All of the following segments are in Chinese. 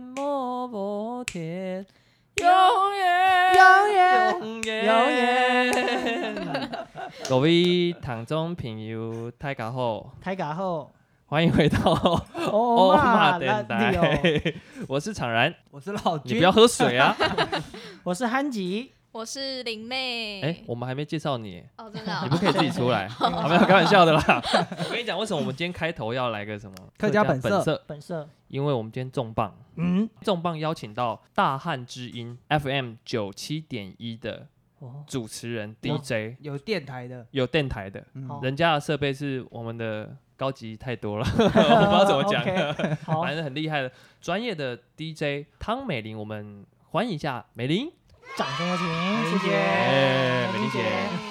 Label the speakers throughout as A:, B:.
A: 默默甜，永远
B: 永远
A: 永
B: 永
A: 远
B: 远
A: 永远。各位听众朋友，大家好，
B: 台嘎后，
A: 欢迎回到
B: 哦
A: 欧骂
B: 骂拉
A: 电
B: 迪哦，
A: 台，我是常然，
B: 我是老
A: 你
B: 君
A: 不，要喝水啊！
B: 我是憨吉，
C: 我是林妹。
A: 哎，我们还没介绍你，
C: 哦，真的、
A: 你
C: 哦，
A: 不可以自己出来，好没有开玩笑的啦。我跟你讲，为什么我们今天开头要来个什么
D: 客家本色
A: 色？
B: 本色，
A: 因为我们今天重磅。
B: 嗯，
A: 重磅邀请到大汉之音 FM 九七点一的
B: 哦，
A: 主持人 DJ，
D: 有电台的，
A: 有电台的，
B: 好
A: 人家的设备是我们的高级太多了， 我不知道怎么讲，
B: OK，好
A: 反，正很厉害的专业的 DJ 汤美玲，我们欢迎一下美玲，
B: 掌声有请，谢谢，
A: 哎美
B: 玲
A: 玲姐，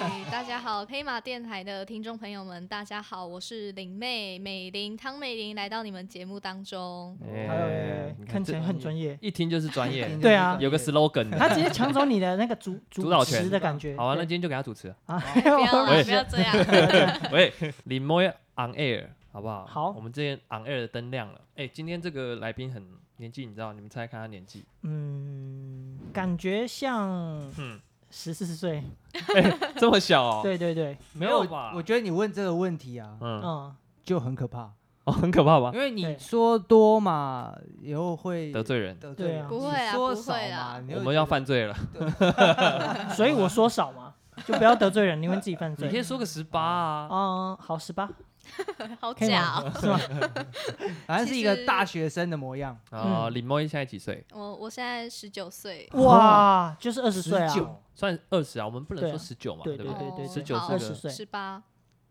C: 哎 大家好，黑马电台的听众朋友们，大家好，我是林妹美玲汤美玲，来到你们节目当中。
A: 哎
B: 哎
A: 你，看
B: 看起来
A: 这
B: 很专业，
A: 一听就是专业，
B: 对啊
A: 有个 slogan
B: 他
A: 的。
B: 直接抢走你的那 个主
A: 主
B: 主
A: 导权
B: 持的感觉，
A: 好啊，那
B: 对
A: 今天就给他主持。
B: 啊，
C: 不 要
A: 我也
C: 啦，
A: 是
C: 不要这 样。
A: 喂，林妹 on air 好不好？
B: 好
A: 我们之前 on air 的灯亮了。哎，今天这个来宾很年纪，你知道？你们猜看他年纪？
B: 嗯，感觉像
A: 嗯，
B: 十四岁，
A: 这么小哦？
B: 对对对，
A: 没有吧？
D: 我觉得你问这个问题啊，
A: 嗯，
B: 嗯，
D: 就很可怕，
A: 哦，很可怕吧？
D: 因为你
B: 对
D: 说多嘛，以后会
A: 得罪人，
D: 得
B: 对啊
D: 罪人；
C: 不
D: 你
C: 会啊
D: 说
C: 不
D: 少
C: 会
D: 嘛
C: 啊，
D: 你
A: 我
D: 会
A: 们
D: 觉
A: 要
D: 得
A: 犯罪了。
B: 嗯所以我说少嘛，就不要得罪人，你会自己犯
A: 你可以
B: 罪。
A: 说个十八啊，
B: 嗯，好，十八，
C: 好
B: 可以
C: 假
B: 吗
C: 哦！
B: 是吗？
D: 好像是一
C: 其
D: 个
C: 实
D: 大学生的模样，
B: 嗯
A: 啊，林梦现在几岁？
C: 我我现在十九岁，
B: 哇，就是二十岁啊，
D: 19
A: 算二十啊，我们不能
B: 对啊
A: 说十九嘛，
B: 对
A: 不
B: 对
A: 对？
B: 对对，
C: 哦
A: 十九
C: 好
B: 二
A: 是
B: 十
A: 个
B: 岁，
C: 十八。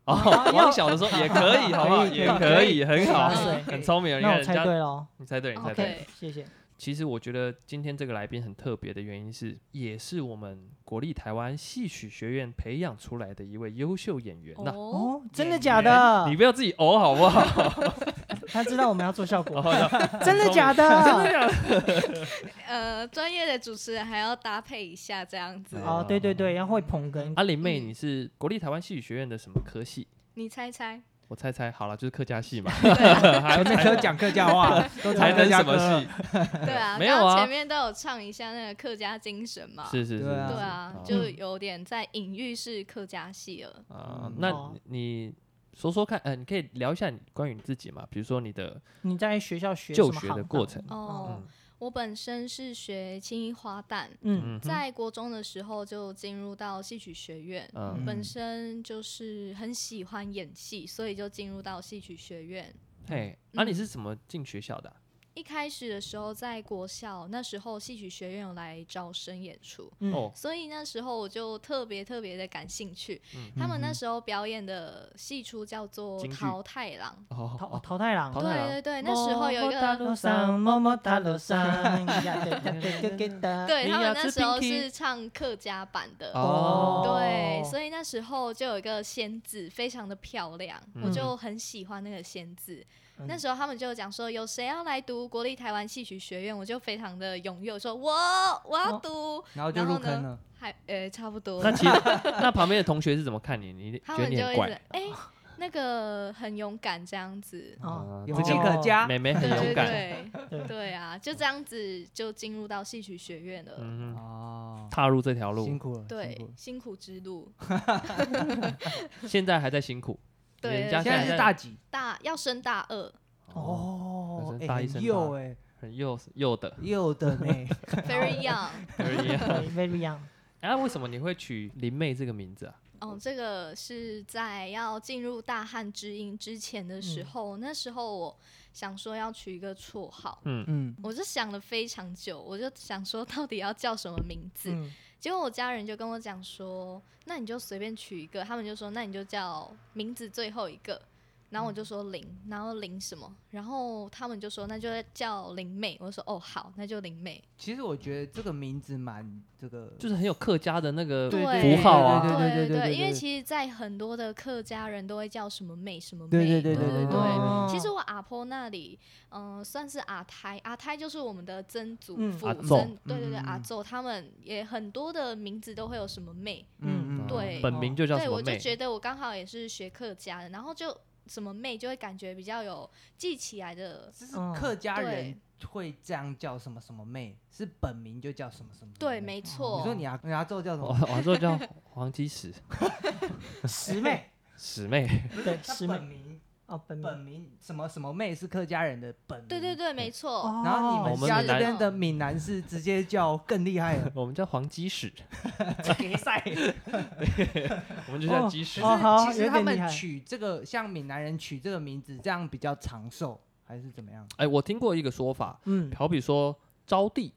A: 哦，往小的时候也可以，好不好？
B: 可以
A: 也
B: 可
A: 以，
B: 以
A: 很
B: 可以
A: 好，
B: 对
A: 很聪明。你
B: 那
A: 看
B: 我
A: 人
B: 猜
A: 家，
B: 对了哦
A: 你猜对，你猜对。
B: ，OK，
C: 对
B: 谢谢。
A: 其实我觉得今天这个来宾很特别的原因是，也是我们国立台湾戏曲学院培养出来的一位优秀演员呐。
C: 哦，
B: 哦，真的假的
A: 你？不要自己哦，好不好？
B: 他知道我们要做效
A: 哦
B: 果，
A: 真
B: 真的 假
A: 真的
B: 的？
A: 假的？
C: 呃，专业的主持人还要搭配一下这样子。
B: 哦，对对对，要会捧哏。
A: 阿林妹，
C: 嗯
A: 你是国立台湾戏曲学院的什么科系？
C: 你 猜猜，
A: 我猜猜，好了，就是客家 戏嘛。
C: 啊
D: 前面都讲客家话，都
A: 才能
D: 唱客家
A: 什么
D: 歌
A: 戏？？
C: 对啊，
A: 没有啊
C: 刚刚前面都有唱一下那个客家精神嘛。
A: 是嗯是是，
D: 对
C: 对
A: 是
C: 啊
A: 好，
C: 就有点在隐喻是客家戏了。
A: 啊
D: 嗯，
A: 那
B: 哦
A: 你说说看，呃，你可以聊一下你关于你自己嘛，比如说你的
B: 你在学校学什
A: 就
B: 么
A: 学
B: 行
A: 的
B: 当
A: 过程，嗯
C: 哦，我本身是学青衣花旦，
B: 嗯，
A: 嗯哼，
C: 在国中的时候就进入到戏曲学院。
A: 嗯，
D: 嗯
C: 本身就是很喜欢演戏，所以就进入到戏曲学院。
A: 嘿，那
C: 嗯
A: 你是怎么进学校的啊？
C: 一开始的时候在国校，那时候戏曲学院有来招生演出，
B: 嗯
A: 哦，
C: 所以那时候我就特别特别的感兴趣。他们那时候表演的戏出叫做
A: 嗯京
C: 《
A: 剧
C: 桃太郎》。
A: 哦
B: 淘
A: 哦，
B: 淘汰郎
A: 淘。太郎
C: 对对哎对，那时候有一
B: 哦大
C: 个
B: 路上，么么大路上，呀对对对对对的。
C: 对他
A: 你要
C: 们
A: 吃
C: 那时候
A: pinky
C: 是唱客家版的，
A: 哦
C: 对，所以那时候就有一个仙子，非常的漂亮，
A: 嗯
C: 我就很喜欢那个仙子。
B: 嗯
C: 那时候他们就讲说，有谁要来读国立台湾戏曲学院，我就非常的踊跃，我说我我要读，
D: 然后就入坑
C: 然后
D: 了。
C: 还呃差不多
A: 哦那，其实 那旁边的同学是怎么看你？你觉
C: 他
A: 得
C: 们
A: 你
C: 就
A: 很
C: 一直
A: 怪？
C: 哎那个很勇敢这样子，
A: 啊
B: 哦
D: 有
B: 自己
D: 机可嘉，
A: 妹 妹很
C: 对
A: 勇
C: 对
A: 敢，
B: 对
C: 对对啊，就这样子就进入到戏曲学院了。
A: 嗯哼，
D: 哦，
A: 踏入这条
D: 辛
A: 路，
D: 苦了，辛
C: 对
D: 苦了，
C: 辛苦之路，
A: 现在还在辛苦，
C: 对
A: 人家
C: 对
D: 现在
A: 在
D: 是大几？
C: 大要升大 二，
A: 哦，
D: 哦
A: 那，是
D: 哎
A: 大一
D: 很
A: 升
D: 幼
A: 大
D: 哎，
A: 很幼幼的
D: 幼的呢，
C: very young。
A: 而已啊。
B: 对，very young。
A: 哎，为什么你会取林妹这个名字啊？
C: 哦，这个是在要进入大汉之音之前的
D: 嗯
C: 时候，那时候我想说要取一个绰号，
D: 嗯，
C: 我就想了非常久，我就想说到底要叫什么名字。
B: 嗯，
C: 结果我家人就跟我讲说，那你就随便取一个，他们就说那你就叫名字最后一个。然后
D: 嗯
C: 我就说林，然后林什么，然后他们就说那就叫林妹，我就说哦好，那就林妹。
D: 其实我觉得这个名字蛮这个，
A: 就是很有客家的那个
C: 对
A: 符号啊
D: 对
C: 对
D: 对对对
C: 因为
D: 对
C: 其实，在很多的客家人都会叫什么妹什么妹。
D: 对对对对对
A: 嗯
B: 哦
C: 其实我阿婆那里，嗯、算是阿胎，阿胎就是我们的曾祖
B: 嗯
C: 父，
A: 阿
C: 曾
A: 祖
C: 对对对，
D: 嗯
C: 阿祖他们也很多的名字都会有什么妹，
B: 嗯
A: 嗯
C: 对
A: 本名就叫什
C: 对
A: 么
C: 我
A: 妹
C: 就？觉得我刚好也是学客家的，然后就什么妹，就会感觉比较有记起来的。
D: 就是
B: 嗯
D: 客家
C: 对
D: 人会这样叫什么什么妹，是本名就叫什么什么。
C: 对，。
A: 哦
C: 没错。
D: 你说你牙牙咒叫什
A: 我
D: 么？
A: 哦我说叫黄鸡屎
B: 师妹
A: 屎妹，
B: 对
D: 她
B: 师妹
D: 本名
B: 哦，本
D: 本
B: 名
D: 名什么什么妹是客家人的本名。
C: 对对对，
A: 嗯
C: 没错。
B: 哦
D: 然后
A: 我
D: 你
A: 们
D: 们家
A: 闽
D: 这
A: 南，
D: 边的闽南是直接叫更厉害 了
A: 我们叫黄鸡屎，
D: 决赛。
A: 我们就叫鸡屎。
B: 哦好
D: 其实
B: 有
D: 他
B: 点厉
D: 们
B: 害
D: 取这个，像闽南人取这个名字，这样比较长寿，还是怎么样？
A: 哎，我听过一个说法，
B: 嗯
A: 好比说招娣，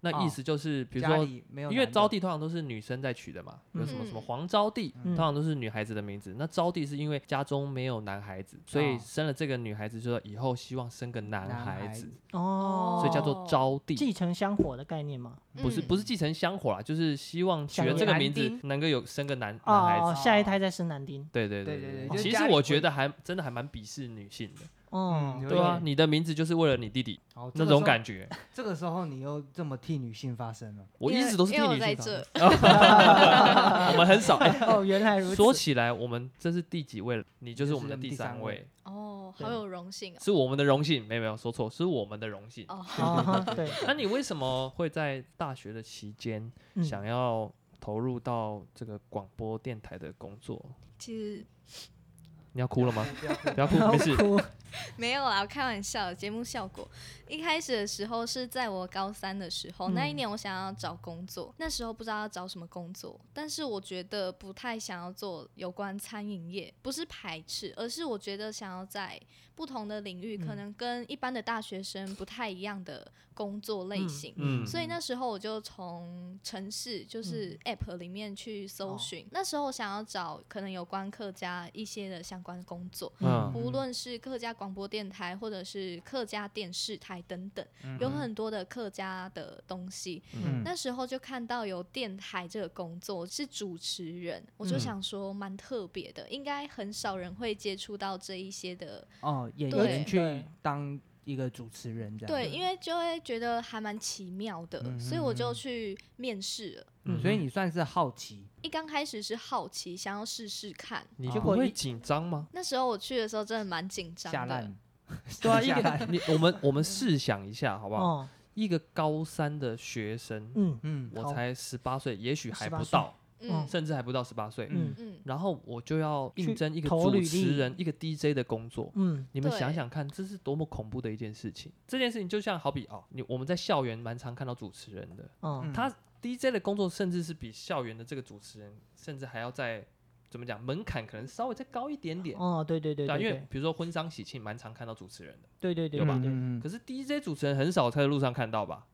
A: 那意
D: 哦
A: 思就是比如
D: 家
A: 说
D: 里没有男的，
A: 因为招娣通常都是女生在取的嘛，有什么
C: 嗯
A: 什么黄招娣，通
B: 嗯
A: 常都是女孩子的名字。那招娣是因为家中没有男孩子，所以
D: 哦
A: 生了这个女孩子，就说以后希望生个男
D: 男
A: 孩
D: 孩
A: 子
D: 子，
B: 哦，
A: 所以叫做招娣。
B: 继承香火的概念嘛。
A: 不是
C: 嗯
A: 不是继承香火啦，就是希望取
B: 想
A: 了这个
D: 男
A: 名字
D: 丁
A: 能够有生个男男孩
B: 哦，
A: 子。
B: 下一胎再生男丁。
A: 对对
D: 对对
A: 对
D: 对就是
A: 其
D: 家
A: 实
D: 里
A: 我
D: 会
A: 觉得还真的还蛮鄙视女性的，
B: 哦，
D: 嗯
A: 对啊，
D: 点
A: 你的名字就是为了你弟弟
D: 好
A: 那种。感觉。
D: 哦这个时候这个时候你又这么替女性发 声了，
A: 我一
C: 因为
A: 直都是替
C: 因为我
A: 女
C: 在
A: 性发
C: 这
A: 声，我 们很少。哎
B: 哦，原来 如此。
A: 说起来，我们这是第几位了？你就是我们的第三位，
C: 哦，
B: 对
C: 好有荣幸哦。
A: 是我们的荣幸。没有没有说错，是我们的荣幸。
C: 哦，
B: 哦，对，
A: 那你为什么会在大学的期间
B: 嗯
A: 想要投入到这个广播电台的工作？
C: 其实
A: 你要哭了 吗？
D: 不要哭
A: 不要哭，没事。
B: 哭
C: 没有啦，我开玩笑的，节目效果。一开始的时候是在我高三的时候，
B: 嗯
C: 那一年我想要找工作，那时候不知道要找什么工作，但是我觉得不太想要做有关餐饮业，不是排斥，而是我觉得想要在不同的领域，
B: 嗯
C: 可能跟一般的大学生不太一样的工作类型。
A: 嗯，
C: 所以那时候我就从城市就是 App 里面去搜寻，那时候我想要找可能有关客家一些的相关工作，
A: 嗯
C: 无
D: 嗯
C: 论是客家广播电台或者是客家电视台等等，
D: 嗯
C: 有很多的客家的东西。
A: 嗯
C: 那时候就看到有电台这个工作是主持人，我就
A: 嗯
C: 想说蛮特别的，应该很少人会接触到这一些的
D: 哦，演
C: 对
D: 员去
B: 对
D: 当一个主持人这样。
C: 对，因为就会觉得还蛮奇妙的，
D: 嗯
C: 所以我
D: 嗯
C: 就
D: 嗯
C: 去面试了。
A: 嗯
D: 所以你算是好奇，
C: 一刚开始是好奇，想要试试看。
A: 你
D: 结
A: 不
B: 果
A: 会
B: 一
A: 紧张吗？
C: 那时候我去的时候真的蛮紧
D: 下
C: 张的，
D: 烂，
A: 对啊，一
D: 下烂，
A: 个你我们我们试想一下好不好？
B: 哦，
A: 一个高三的学生，
B: 嗯
D: 嗯，
A: 我
B: 好
A: 才十八岁，也许还
B: 18
A: 不
B: 岁
A: 到，
D: 哦
C: 嗯
A: 甚至还不到十八岁。
B: 嗯
C: 嗯，
A: 然后我就要应
B: 去
A: 征一个主
B: 投履
A: 持
B: 历
A: 人、一个 DJ 的工作。
B: 嗯
A: 你们
C: 对
A: 想想看，这是多么恐怖的一件事情！这件事情就像好比哦，你我们在校园蛮常看到主持人的，
B: 哦，
A: 他 DJ 的工作甚至是比校园的这个主持人，甚至还要在怎么讲门槛可能稍微再高一点点。
B: 哦，对对对
A: 啊
B: 对
A: 因为
B: 对
A: 比如说婚丧喜庆，蛮常看到主持人的，
B: 对对对，
A: 有吧
B: 对对
D: 嗯嗯嗯
A: 可是 DJ 主持人很少在路上看到吧？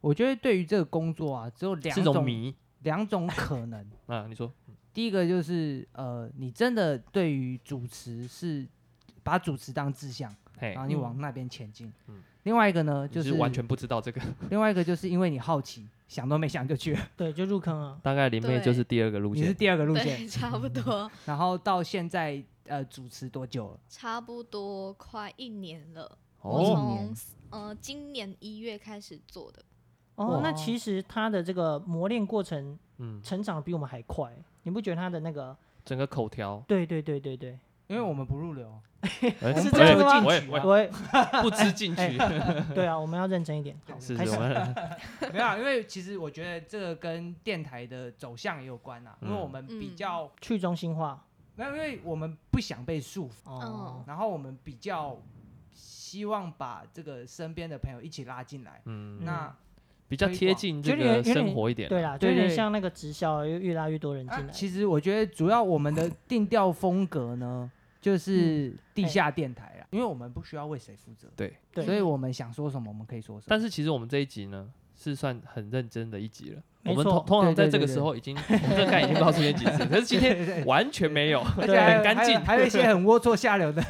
D: 我觉得对于这个工作啊，只有两
A: 是一种
D: 种
A: 迷
D: 两种可能。
A: 啊！你说，
D: 第一个就是呃，你真的对于主持是把主持当志向，
A: 嘿
D: 然，啊后你
B: 嗯
D: 往那边前进。
A: 嗯
D: 另外一个呢，
A: 你
D: 就是
A: 是完全不知道这个。
D: 另外一个就是因为你好奇，想都没想就去了，
B: 对，就入坑了。
A: 大概林妹就是
C: 对
A: 第二个路
D: 你是
A: 线，
D: 第二个路线。
C: 对， 差不多，
D: 然后到现在呃，主持多久了？
C: 差不多快一年了。我
D: 一
A: 哦，
D: 年
C: 从呃今年一月开始做的，
B: 哦，那
D: 哇
B: 其实他的这个磨练过程
A: 嗯，
B: 成长比我们还快，你不觉得他的那个？
A: 整个口条，
B: 对对对对对，
D: 因为我们不入流，
A: 哎
B: 是
A: 我
B: 这
A: 也
B: 样的吗
A: 我也我也
B: 我也
A: 不知进去。
B: 对啊，我们要认真一点。好，
A: 是
B: 开
A: 是，
B: 始
A: 我们
D: 没有啊，因为其实我觉得这个跟电台的走向也有关啊，因为
A: 嗯
D: 我们比
C: 嗯
D: 较
B: 去中心化。
D: 没有，因为我们不想被束缚，
B: 哦，
D: 然后我们比较希望把这个身边的朋友一起拉进来。
A: 嗯，
D: 那
A: 比较
D: 推
A: 贴
D: 广
A: 近
B: 觉
A: 这
B: 得有
A: 个
B: 有点
A: 生活一点。啊
B: 对啦，就
D: 对
B: 有点
D: 对
B: 像那个直销，又越拉越多人进
D: 啊，
B: 来。
D: 其实我觉得主要我们的定调风格
A: 嗯
D: 呢，就是地下电台啊啦，因为我们不需要为谁负责，
A: 对，
B: 对
D: 所以我们想说什么我们可以说什么。
A: 但是其实我们这一集呢，是算很认真的一集了。我
B: 没
A: 们
B: 错
A: 通通常在
D: 对对
A: 这个
D: 对
A: 时候已经，我们这个概已经不知道出现几 次，可是今天
D: 对对对
A: 完全没有，很
D: 而且还有
A: 干净
D: 还有还有一些很龌龊下 流的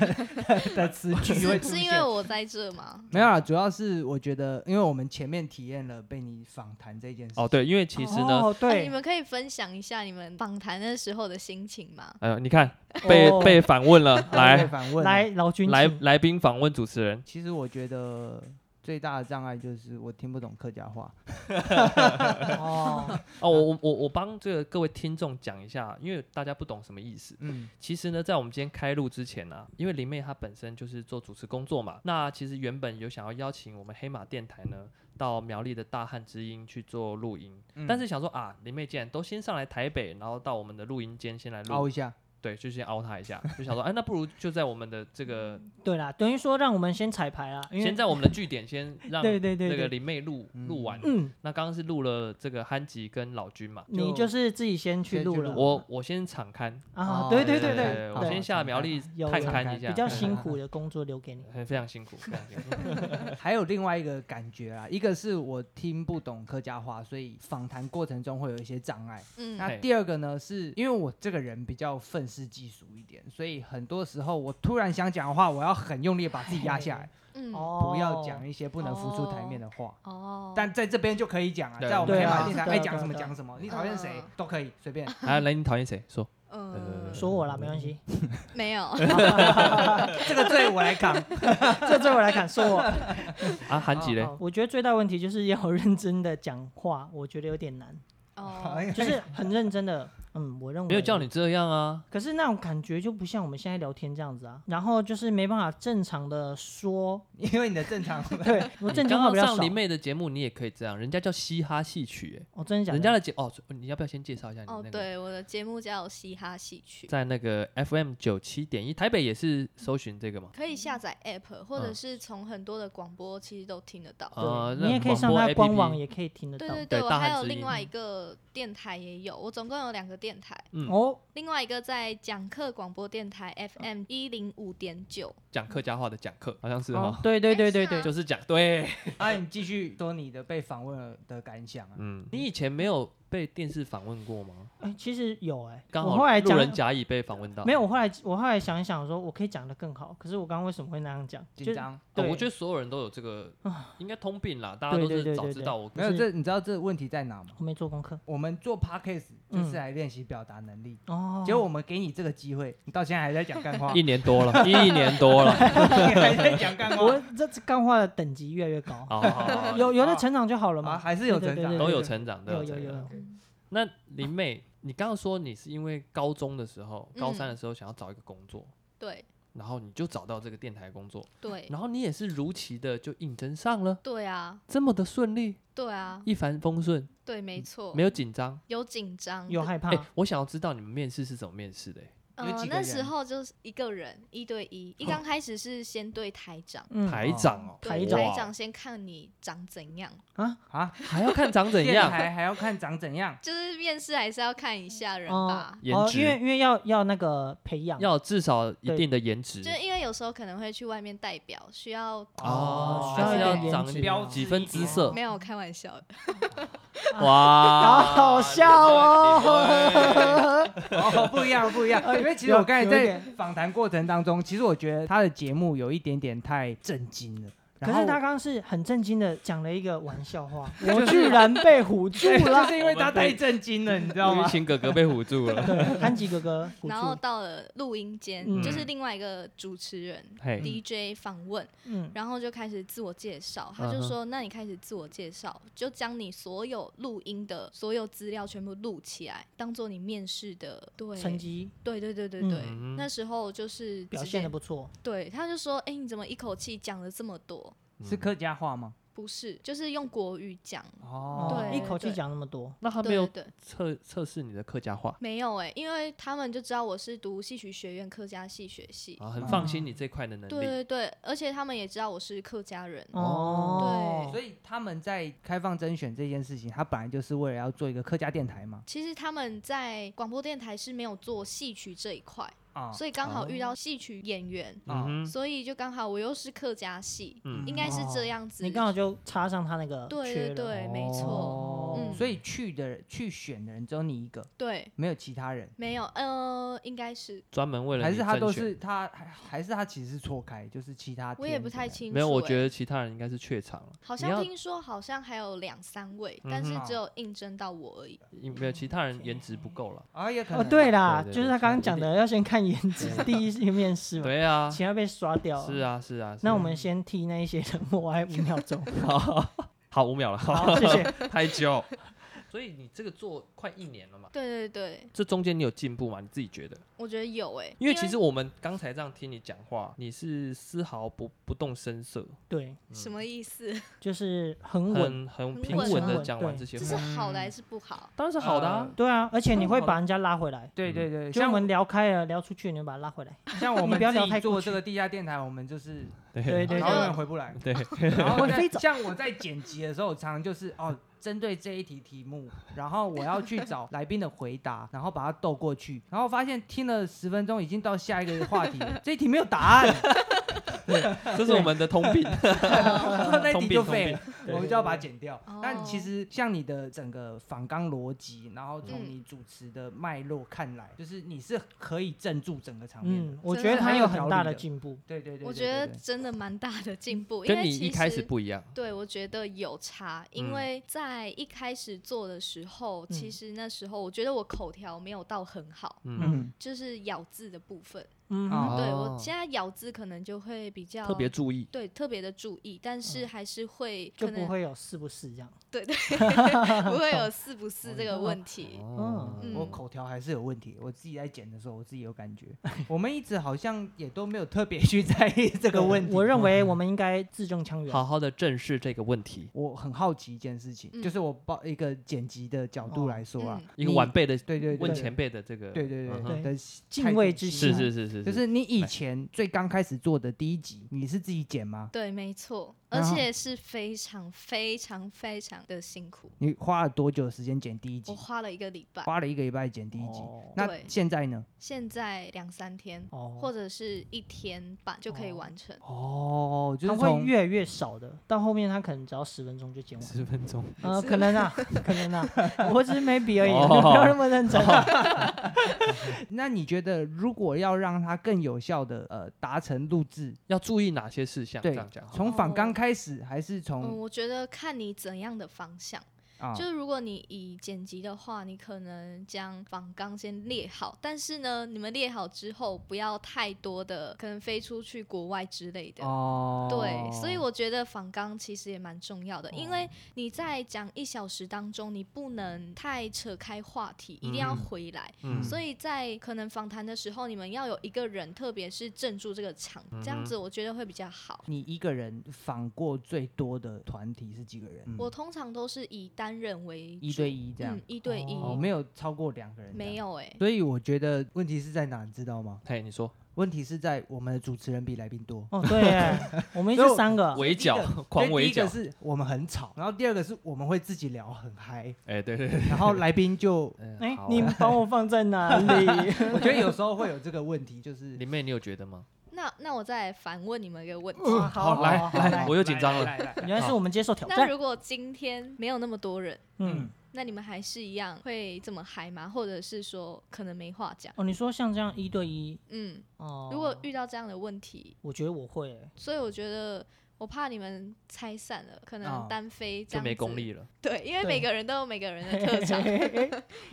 D: 的词句会
C: 是
D: 出
C: 是因
D: 现
C: 为。我在这 吗？
D: 没有啦，主要是我觉得，因为我们前面体验了被你访谈这件事情
A: 哦。，对，因为其实呢，
B: 哦，
C: 哎
B: 对
C: 你，们可以分享一下你们访谈的时候的心情吗？
A: 哎呦，你看被
B: 哦
A: 被 反问了，
D: 他们
A: 来
D: 被反问了
B: 来，老君，
A: 来来宾访问主持人，
D: 其实我觉得最大的障碍就是我听不懂客家话。
B: 哦，
A: 哦，我我我我帮这个各位听众讲一下，因为大家不懂什么意思。
D: 嗯，
A: 其实呢，在我们今天开录之前呢、啊，因为林妹她本身就是做主持工作嘛，那其实原本有想要邀请我们黑马电台呢到苗栗的大汉之音去做录音，
D: 嗯
A: 但
B: 嗯
A: 是想说啊，林妹既然都先上来台北，然后到我们的录音间先来录，
D: 凹一下，
A: 对，就先凹她一下，就想说，哎、那不如就在我们的这个，
B: 对啦，等于说让我们先彩排啦，嗯因为
A: 先在我们的据点先让
B: 对对对
A: 这个
B: 对，
A: 林妹录录完。
B: 嗯，
A: 那刚刚是录了这个憨吉跟老君嘛，
B: 你
D: 就
B: 就是自己先去
D: 先
B: 录
D: 去
B: 了
D: 录
A: 我我先敞刊，
B: 啊
D: 哦，
B: 嗯对对对
D: 对
B: 对，
A: 我
B: 对
A: 先下苗栗
B: 有
A: 探
B: 有
A: 勘一下，
B: 比较
A: 对
B: 辛苦的工作留给你。
A: 很非常辛苦，非常辛苦。
D: 还有另外一个感觉啊，一个是我听不懂客家话，所以访谈过程中会有一些障碍。
C: 嗯
D: 那
A: 嘿
D: 第二个呢，是因为我这个人比较愤世嫉俗一点，所以很多时候我突然想讲的话，我要很用力地把自己压下来，
C: 嗯
B: 哦，
D: 不要讲一些不能浮出台面的话。
C: 哦，
D: 但在这边就可以讲啊，
A: 对
D: 在我们黑
B: 对
D: 马
B: 啊
D: 电
B: 对
D: 台
B: 啊对
D: 爱
B: 啊
D: 讲什么
B: 对啊
D: 讲什么，你讨厌谁
C: 嗯
D: 都可以随便。
A: 来来，你讨厌谁？说。
C: 嗯
B: 说我啦，没关系，
C: 没有，哦
D: 这个罪我来扛。
B: 这这我来看，说我。
A: 啊，韩吉嘞
B: 好？好我觉得最大问题就是要 认真的讲话，我觉得有点难，
C: 哦，
B: 就是很认真的，嗯，我认为
A: 没有叫你这样啊，
B: 可是那种感觉就不像我们现在聊天这样子啊，然后就是没办法正常的说，
D: 因为你的正常，
B: 对
A: 你
B: 我正经
A: 刚
B: 话
A: 刚
B: 比较
A: 上
B: 少
A: 林。妹的节目，你也可以这样，人家叫嘻哈戏曲、
B: 我真的
A: 欸，
B: 假
A: 人家
B: 的？
A: 的节哦，你要不要先介绍一下你那
C: 哦
A: 个？，，
C: 对，我的节目叫嘻哈戏曲，
A: 在那个 FM 九七点一，台北也是搜寻这个嘛。
C: 可以下载 app，或者
A: 嗯
C: 是从很多的广播其实都听得到。
A: 呃，
B: 你也可以上
A: 他
B: 他官网，也可以听得
C: 对
B: 到。
C: 对
A: 对
C: 我
A: 大汉
C: 还有
A: 之
C: 另
A: 音
C: 外一个电台也有，我总共有两个电台，
A: 嗯
B: 哦，
C: 另外一个在讲课广播电台 FM 一零五点九，
A: 讲客家话的讲课，好像是
B: 哦
A: 哈，
B: 对对对对
C: 哎
B: 对
C: 是，
A: 就是讲对，
D: 啊，你继续说你的被访问了的感想啊。
A: 嗯，你以前没有被电视访问过吗？
B: 哎，其实有哎，
A: 刚
B: 我
A: 好
B: 后来
A: 路
B: 讲
A: 人甲乙被访问到，
B: 没有，我后来我后来想一想，说我可以讲的更好，可是我刚刚为什么会那样讲？就
D: 紧张，
A: 哦
B: 对，啊
A: 我觉得所有人都有这个，应该通病啦，大家都
B: 对对
A: 是
B: 对
A: 早
B: 对
A: 知
B: 对
A: 道我
D: 没有
B: 是
D: 这，你知道这问题在哪吗？
B: 我没做功课
D: 我们做 podcast
B: 嗯
D: 就是来练习表达能力，
B: 哦。
D: 结果我们给你这个机会，你到现在还在讲干话，
A: 一年多了，一年多了，
D: 你还在讲干
B: 我
D: 话，
B: 这次干话的等级越来越高，
A: 好好好，好
B: 有有在成长就好了
D: 啊，
B: 嘛。
D: 还是有成
B: 对对
D: 长，
B: 对
D: 嗯
B: 对
A: 哦 都有成长，都
B: 有有
A: 成
B: 有
A: 长。
B: 有，
A: 那林妹，你刚刚说你是因为高中的时候，高三的时候想要找一个工作，
C: 对
A: 然后你就找到这个电台工作，
C: 对
A: 然后你也是如期的就应征上了，
C: 对啊，
A: 这么的顺利，
C: 对
B: 嗯
C: 啊，
A: 一帆风顺，
C: 对，没错，
A: 没有紧张。
C: 有紧张，
B: 有害怕
A: 哎、，我想要知道你们面试是怎么面试的、欸
D: 有
C: 呃
D: 几，个
C: 那时
D: 人
C: 候就是一个人一对一，一刚开始是先对台长，
B: 嗯
A: 台长哦、
C: 对
B: 台长
C: 台长先看你长怎样，
B: 啊，
D: 啊，
A: 还要看长怎
D: 电
A: 样，
B: 哦
D: 台还要看长怎样，
C: 就是面试还是要看一下人
B: 哦
C: 吧，
A: 颜
B: 哦，
A: 值
B: 因为因为要要那个培养，
A: 要至少一定的颜值
C: 就，是因为有时候可能会去外面代表，需要
A: 哦
B: 需要
A: 还
B: 一
A: 是
B: 点
A: 要
B: 颜
A: 长
B: 值
A: 一
D: 标
A: 几分姿色
C: 没有开玩笑的，
A: 哇，
B: 好好笑 哦。
D: 哦，不一样，不一样，因为其实我刚才
B: 有有一
D: 在
B: 点
D: 访谈过程当中，其实我觉得他的节目有一点点太震惊了，
B: 可
D: 然
B: 是
D: 后
B: 他刚刚是很震惊的讲了一个玩笑 话，我居然被唬住
D: 对就
B: 了。
D: 是因为他太震惊了，你知道
A: 玉
D: 吗？
A: 清哥哥被唬住 了，
B: 对，安吉哥哥唬
C: 然后
B: 住，
C: 到了录音间，
B: 嗯
C: 就是另外一个主持人。
A: 嘿，
C: DJ 访问，
B: 嗯，
C: 然后就开始自我介绍。他就
A: 嗯哼
C: 说：“那你开始自我介绍，就将你所有录音的所有资料全部录起来，当做你面试的对
B: 成绩
C: 对对对对
B: 嗯
C: 对，
A: 嗯
C: 那时候就是
B: 表
C: 直
B: 现
C: 接
B: 的不错，
C: 对，他就说：“哎、你怎么一口气讲了这么多？
A: 嗯
D: 是客家话吗？
C: 不是，就是用国语讲。
D: 哦
C: 对
B: 一口气讲那么多，
A: 那”他没
C: 对对
A: 有
C: 对，
A: 测测试你的客家话
C: 没有哎、因为他们就知道我是读戏曲学院客家戏学系，
A: 啊，很放心你这块的能
C: 对
A: 力。
C: 对对，而且他们也知道我是客家人。
B: 哦，
D: 所以他们在开放甄选这件事情，他本来就是为了要做一个客家电台嘛。
C: 其实他们在广播电台是没有做戏曲这一块，
D: 啊
A: 哦
C: 所以刚好遇到戏曲演员，
A: 嗯哼，
C: 所以就刚好我又是客家戏，
A: 嗯
C: 应该是
B: 哦
C: 这样子。
B: 你刚好就插上他那个
C: 对
B: 缺
C: 对
B: 了，
C: 对，没错。
B: 哦
D: 哦
C: 嗯，
D: 所以去的人去选的人只有你一个，
C: 对，
D: 没有其他人，
C: 没有，呃，应该是，
A: 专门为了
D: 还
A: 你
D: 是他
A: 甄
D: 都
A: 选
D: 是他还还是他其实是错开，就是其他
C: 我也
D: 天
C: 不
D: 的
C: 太
D: 人
C: 清楚、欸。
A: 没有，我觉得其他人应该是怯场了。
C: 好
A: 你
C: 像
A: 要
C: 听说好像还有两三位，但是
A: 嗯
D: 哼
C: 只有应征到我而已。
A: 因
C: 嗯
A: 没有其他人颜值不够了。
D: 啊，也可
B: 哦，
D: 能
B: 对啦，
A: 对对
B: 就是
A: 对
B: 他刚
A: 有
B: 刚讲
A: 点
B: 的，要先看颜值，第一是面试嘛，
A: 对啊，
B: 钱要被刷掉了。
A: 是啊，是啊。是
B: 那
A: 啊
B: 我们先替那一些人默哀五秒钟。
A: 好五秒了，好
D: 哦
B: 好，谢谢。
A: 太久。所以你这个做快一年了嘛？
C: 对对对，
A: 这中间你有进步吗？你自己觉得？
C: 我觉得有哎、
A: 因为其实我们刚才这样听你讲话，你是丝毫不不动声色，
B: 对，
C: 什么意思？
A: 嗯
B: 就是很稳。
A: 很很
C: 很
A: 平
C: 稳
A: 稳
C: 吗
A: 的讲完
B: 对
A: 这些
C: 这
A: 话，
C: 是好的还是不好？
A: 当然是好的啊。
B: 对啊，而且你会
A: 嗯
B: 把人家拉回来，
D: 对对对，
B: 就我
D: 像
B: 们聊开了，聊出去，你就把他拉回来。
D: 像我
B: 你
D: 们
B: 不要
D: 自
B: 聊
D: 己
B: 太过
D: 做
B: 去
D: 这个地下电台，我们就是
B: 对对
D: 然后
C: 就
D: 永远回不来。
A: 对，
D: 然后
B: 会
D: 在
B: 飞走
D: 像我在剪辑的时候，我常常就是哦，针对这一题题目，然后我要去找来宾的回答，然后把它逗过去，然后发现听了十分钟，已经到下一个话题了，这一题没有答案，
A: 这是我们的通病。
D: 那一
A: 通
D: 题
A: 病
D: 就
A: 通
D: 废
A: 病
D: 了，我们就要把它剪掉
C: 哦。
D: 但其实像你的整个反纲逻辑，然后从
C: 嗯
D: 你主持的脉络看来，就是你是可以镇住整个场面的
B: 嗯。，我
C: 真
B: 觉得
C: 的
B: 他
D: 很
B: 有
D: 有
B: 很
D: 条
B: 大
D: 理
B: 的
D: 的
B: 进步。
D: 对对对对，
C: 我觉
D: 对
C: 得
D: 对
C: 真的蛮大的进步，因
A: 嗯跟
C: 为
A: 你
C: 其
A: 一开始
C: 实
A: 不一样。
C: 对我觉得有差，
A: 嗯
C: 因为在一开始做的时候，其
B: 嗯
C: 实那时候我觉得我口条没有到很好，
A: 嗯，
D: 嗯，
C: 就是咬字的部分。
B: 嗯
D: 啊
B: 哼，
C: 对
A: 哦
C: 我现在咬字可能就会比较
A: 特别注意。
C: 对特别的注意，但是还是会
B: 就
C: 可
B: 不
C: 能
B: 会 有是不是这样。
C: 对对，不会有是不是这个问题。
A: 哦
B: 嗯
D: 我口条还是有问题，我自己在剪的时候，我自己有感觉。 我们一直好像也都没有特别去在意这个问题。
B: 我认为我们应该字正腔圆。
A: 好好的正视这个问题。
D: 我很好奇一件事情，
C: 嗯
D: 就是我抱一个剪辑的角度来说啊，
C: 嗯
A: 一个
D: 你
A: 晚辈的
D: 对对对
A: 问
D: 对
A: 前辈的这个，
D: 对对对
A: 嗯
D: 对
A: 哼
B: 哼
D: 的
B: 敬
D: 态度
B: 畏之
D: 心
A: 是
D: 啊
A: 是是是，
D: 就是你以
A: 来
D: 前最刚开始做的第一集，你是自己剪吗？
C: 对，没错，而
D: 然后
C: 且是非常非常非常的辛苦。
D: 你花了多久的时间剪第一
C: 我
D: 集？
C: 花了一个礼拜，
D: 花了一个礼拜剪第一集。
A: 哦
D: 那
C: 哦对
D: 现在呢？
C: 现在两三天
B: 哦，
C: 或者是一天半就可以完成。
D: 哦，就
B: 他
D: 是
B: 会
D: 从
B: 越来越少的，到后面他可能只要十分钟就剪完。
A: 十分钟，
B: 呃，可能啊，可能啊，我只是 maybe 而已，
A: 哦
B: 不要那么认真。啊
D: 那你觉得，如果要让它更有效的呃达成录制，
A: 要注意哪些事项？这
D: 对
A: 样讲好，
D: 从反刚
C: 哦
D: 开始还是
C: 嗯，
D: 从
C: 我觉得看你怎样的方向。
D: 啊？
C: 就是如果你以剪辑的话，你可能将仿纲先列好，但是呢，你们列好之后不要太多的，可能飞出去国外之类的。
D: 哦，
C: 对，所以我觉得仿纲其实也蛮重要的，因
D: 哦
C: 为你在讲一小时当中，你不能太扯开话题，一定要
A: 嗯
C: 回来。
A: 嗯
C: 所以在可能访谈的时候，你们要有一个人，特别是镇住这个场，这
A: 嗯哼
C: 样子我觉得会比较好。
D: 你一个人访过最多的团体是几个
A: 嗯
D: 人？
C: 我通常都是以单人为
D: 一
C: 主
D: 对一这样
C: 嗯，，一对一，
D: 哦，没有超过两个人，
C: 没。有哎、
D: 所以我觉得问题是在哪，你知道吗？
A: 嘿，你说
D: 问题是在我们的主持人比来宾多。
B: 哦，对耶，我们一
D: 所以
B: 直
D: 我
B: 三个，
A: 围剿
D: 第一，
C: 哦
A: 狂
D: 所以
A: 围
D: 第一
A: 剿
D: 个，是我们很吵，然后第二个是我们会自己聊很嗨，
A: 哎，对对对，
D: 然后来 宾就，
A: 嗯
B: 哎
A: 好，
B: 你们把我放在哪里？
D: 我觉得有时候会有这个问题，就是
A: 林妹，你有觉得吗？
C: 那那我再反问你们一个问题。
B: 好好
A: 来
B: 好
A: 来，我又紧张了，
D: 了，
B: 原来是我们接受挑
C: 那
B: 战。
C: 如果今天没有那么多人，
B: 嗯，
C: 那你们还是一样会这么嗨吗？或者是说可能没话讲？
B: 哦，你说像这样一对一，
C: 嗯，
B: 哦，
C: 如果遇到这样的问题，
B: 我觉得我会耶，
C: 所以我觉得我怕你们拆散了，可
D: 哦
C: 能单飞这
A: 就
C: 样、
A: 没功。力了。
C: 对，因为
B: 对
C: 每个人都有每个人的特 长。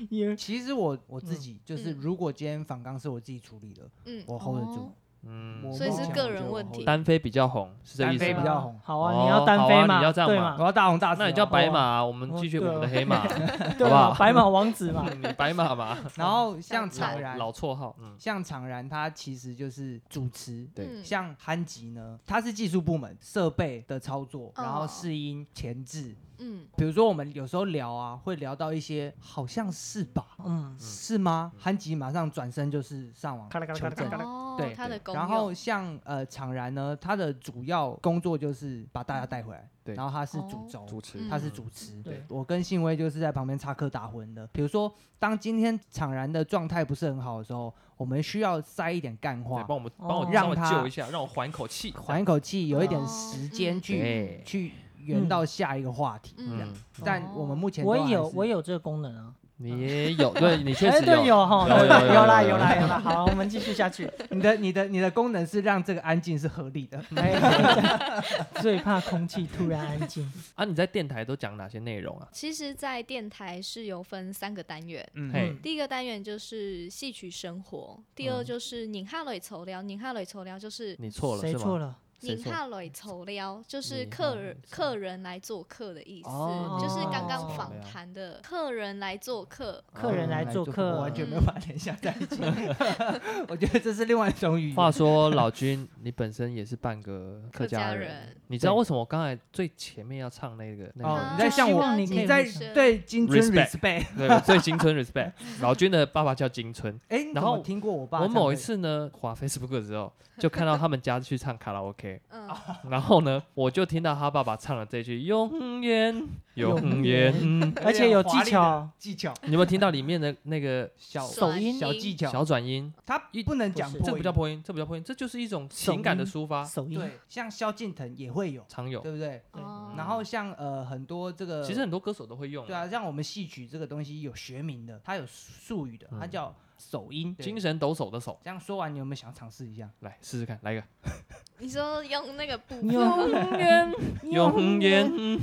B: 也
D: 嗯其实我我自
B: 嗯
D: 己就是，
C: 嗯
D: 如果今天反刚是我自己处理的，
C: 嗯，
D: 我 hold 得住。
C: 哦
A: 嗯
D: 我，
C: 所以
D: 目
C: 是
D: 前
C: 个
D: 我觉
C: 人
D: 得我
C: 问
D: hold
C: 题
D: 得
A: 单飞比较红，是这
D: 单
A: 意思
D: 飞
A: 吗
D: 比？较红
B: 好啊，
A: 哦
B: 你要单飞
A: 好啊
B: 嘛，
A: 你要这样
B: 对
A: 嘛
D: 住
B: 嘛，
D: 我要大红大紫哦，
A: 那你叫白
D: 哦
A: 马啊，我们
B: 哦
A: 继续我们的
B: 对啊
A: 黑马， 好不
B: 对嘛
A: 好
B: 白马王子嘛，
A: 嗯你白马嘛，
D: 然后
C: 像
D: 像常然，
A: 老绰号，嗯，
D: 像常然，他其实就是主持。
A: 对，
C: 嗯
D: 像憨吉呢，他是技术部门设备的操作，然后
C: 哦
D: 试音前置。
C: 嗯，
D: 比如说我们有时候聊啊，会聊到一些好像是吧，
B: 嗯，
D: 是吗？憨吉马上转身就是上网
B: 咔啦咔啦
D: 求
B: 咔啦
D: 证
B: 咔。啦，
C: 哦，
D: 对
C: 他的
A: 对
C: 功
D: 然后像呃常然呢，他的主要工作就是把大家带回来，
A: 嗯对
D: 然后他是主轴，
A: 主持，
C: 嗯
D: 他是主持。
B: 对
D: 我跟信威就是在旁边插科打诨的。比如说，当今天场然的状态不是很好的时候，我们需要塞一点干
A: 对，
D: 话，
A: 帮我们帮我
B: 哦
A: 让我
D: 让他
A: 救一下，让我缓一口气，
D: 缓一口气，有一点
C: 哦
D: 时间去、
A: 对
D: 去圆
B: 嗯
D: 到下一个话题。
A: 嗯，
D: 但我们目前
B: 我
D: 都还
B: 有
D: 是
B: 我有这个功能 啊，
A: 你也有，对你确
B: 哎，
A: 实
B: 对，有哈，
A: 有
B: 对
A: 有有
B: 有啦
A: 有
B: 有啦
A: 有
B: 有啦，好，我们继续下去。
D: 你的你的你的功能是让这个安静是合理的。
B: 哎 最怕空气突然安静。
A: 啊！你在电台都讲哪些内容啊？
C: 其实，在电台是有分三个单元。
A: 嘿
D: 嗯，
C: 第一个单元就是戏曲生活，第二就是宁哈雷酬聊，宁哈雷酬聊就是
A: 你 错了
B: 谁
A: 是
B: 错
A: 吗？
B: 了？
A: 谁
C: 宁
A: 错？
C: 哈雷酬聊，就是
A: 宁哈
C: 客
A: 雷
C: 人
A: 酬
C: 客人来做客的意思，
A: 哦
C: 就是
B: 宁哈
C: 刚
B: 雷
C: 刚
B: 酬
C: 访
A: 聊
C: 谈的客人来做客。
A: 哦
B: 客人来做客
D: 哦
B: 嗯
D: 我完全没有把它联想在一起。 我觉得这是另外一种语
A: 话
D: 言。
A: 说老君，你本身也是半个客
C: 客
A: 家
C: 家
A: 人
C: 人，
A: 你知道为什么我刚才最前面要唱那个那
D: 哦
A: 个
D: 你在向我
B: 你
D: 你
B: 可以
D: 在
B: 理
C: 解
D: 对金尊
A: Respect
D: respect，
A: 对我最金春 respect？老君的爸爸叫金春，
D: 哎，你
A: 然
D: 怎
A: 后
D: 么听过我爸？
A: 我某一，次呢滑 Facebook 的时候，就看到他们家去唱卡拉 OK，
C: 嗯，
A: 然后呢我就听到他爸爸唱了这句“永远永远
B: 永远”，
D: 嗯
B: 而且有技巧，
D: 技巧
A: 你有没有听到里面的那个
D: 小
B: 手音
D: 小技巧，
A: 小转音？
D: 他不能讲
B: 不是
D: 破
A: 这不叫
D: 音
A: 破音，这不叫破音，这就是一种
B: 手
A: 情感的
B: 音
A: 抒发，
B: 手音。
D: 对，像萧敬腾也会有，
A: 常有。
D: 对不对？
B: 对
C: 哦
D: 然后像呃很多这个，
A: 其实很多歌手都会用，
D: 对啊，像我们戏曲这个东西有学名的，它有术语的，它
A: 嗯
D: 叫手音。对
A: 精神抖擞的手，
D: 这样说完，你有没有想尝试一下？
A: 来试试看，来一个。
C: 你说用那个部
B: 你
C: 分
B: 有
C: 吗，哦
A: 远 永远。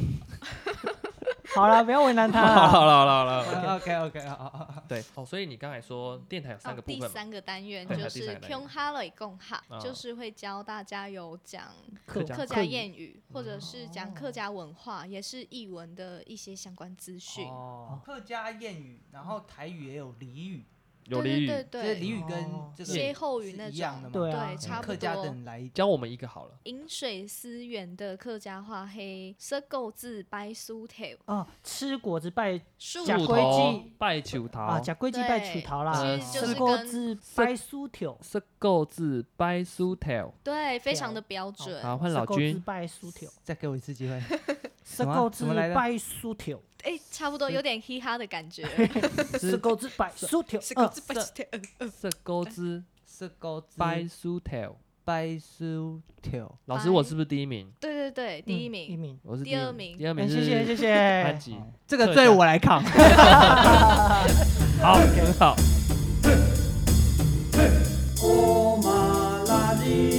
B: 好了，不要为难他
A: 好了
B: 了。
A: 好了好了好了，
D: OK OK 啊，
A: 对哦，所以你刚才说电台有三
C: 哦
A: 个，部
C: 第
A: 分嘛，
C: 三个单元
A: 对
C: 就
A: 还有第三
C: 是
A: 个单
C: k
A: 元
C: u n h a l o y 共哈
A: 哦，
C: 就是会教大家有讲
A: 客家
C: 客家谚语，或者是讲客
D: 哦
C: 家文化，也是译文的一些相关资讯。
D: 哦，客家谚语，然后台语也有俚语，
A: 有俚
C: 对
A: 语
C: 对
D: 这
C: 对
D: 俚
C: 对，
D: 语跟
B: 哦
D: 这个
C: 歇后语
D: 是
C: 那
D: 一样的
C: 种
D: 嘛，
B: 对啊
C: 对，差不
D: 嗯客家的
C: 多。
D: 人来
A: 教我们一个好了，
C: 饮水思源的客家话，黑色构字白苏头
B: 哦，吃果子拜
C: 树
B: 假
A: 树
B: 龟
A: 头
B: 记
A: 拜球
B: 啊，
A: 桃，
B: 假规矩拜取桃啦
A: 对，
C: 其
A: 实就是
B: 吃
A: 跟
B: 果子拜酥条，
A: 是够字拜苏 tail。
C: 对，非
B: 条
C: 常的标准。
D: 哦
A: 好，换老
B: 吃果子
A: 君，
B: 拜酥条，
D: 再给我一次机会。
B: 吃
D: 什么
B: 果子
D: 什么来着
B: 拜酥条，
C: 哎，差不多有点嘻哈的感 觉。
B: 吃果子拜酥条，
D: 哦
B: 嗯
C: 字
A: 这
C: 白苏头
A: 是够字
D: 是高
C: 哎
A: 拜苏 tail。
D: 掰薯条，
A: 老师，我是不是第一名？
C: 对对对，
D: 嗯
C: 第一
B: 一
C: 名。
B: 名。
A: 我是
C: 第二名
A: 第二名
B: 哎谢谢谢哎
A: 是班
B: 谢，
A: 级。
D: 这个罪我来扛。
A: 好，很好。
E: Oh, my lady.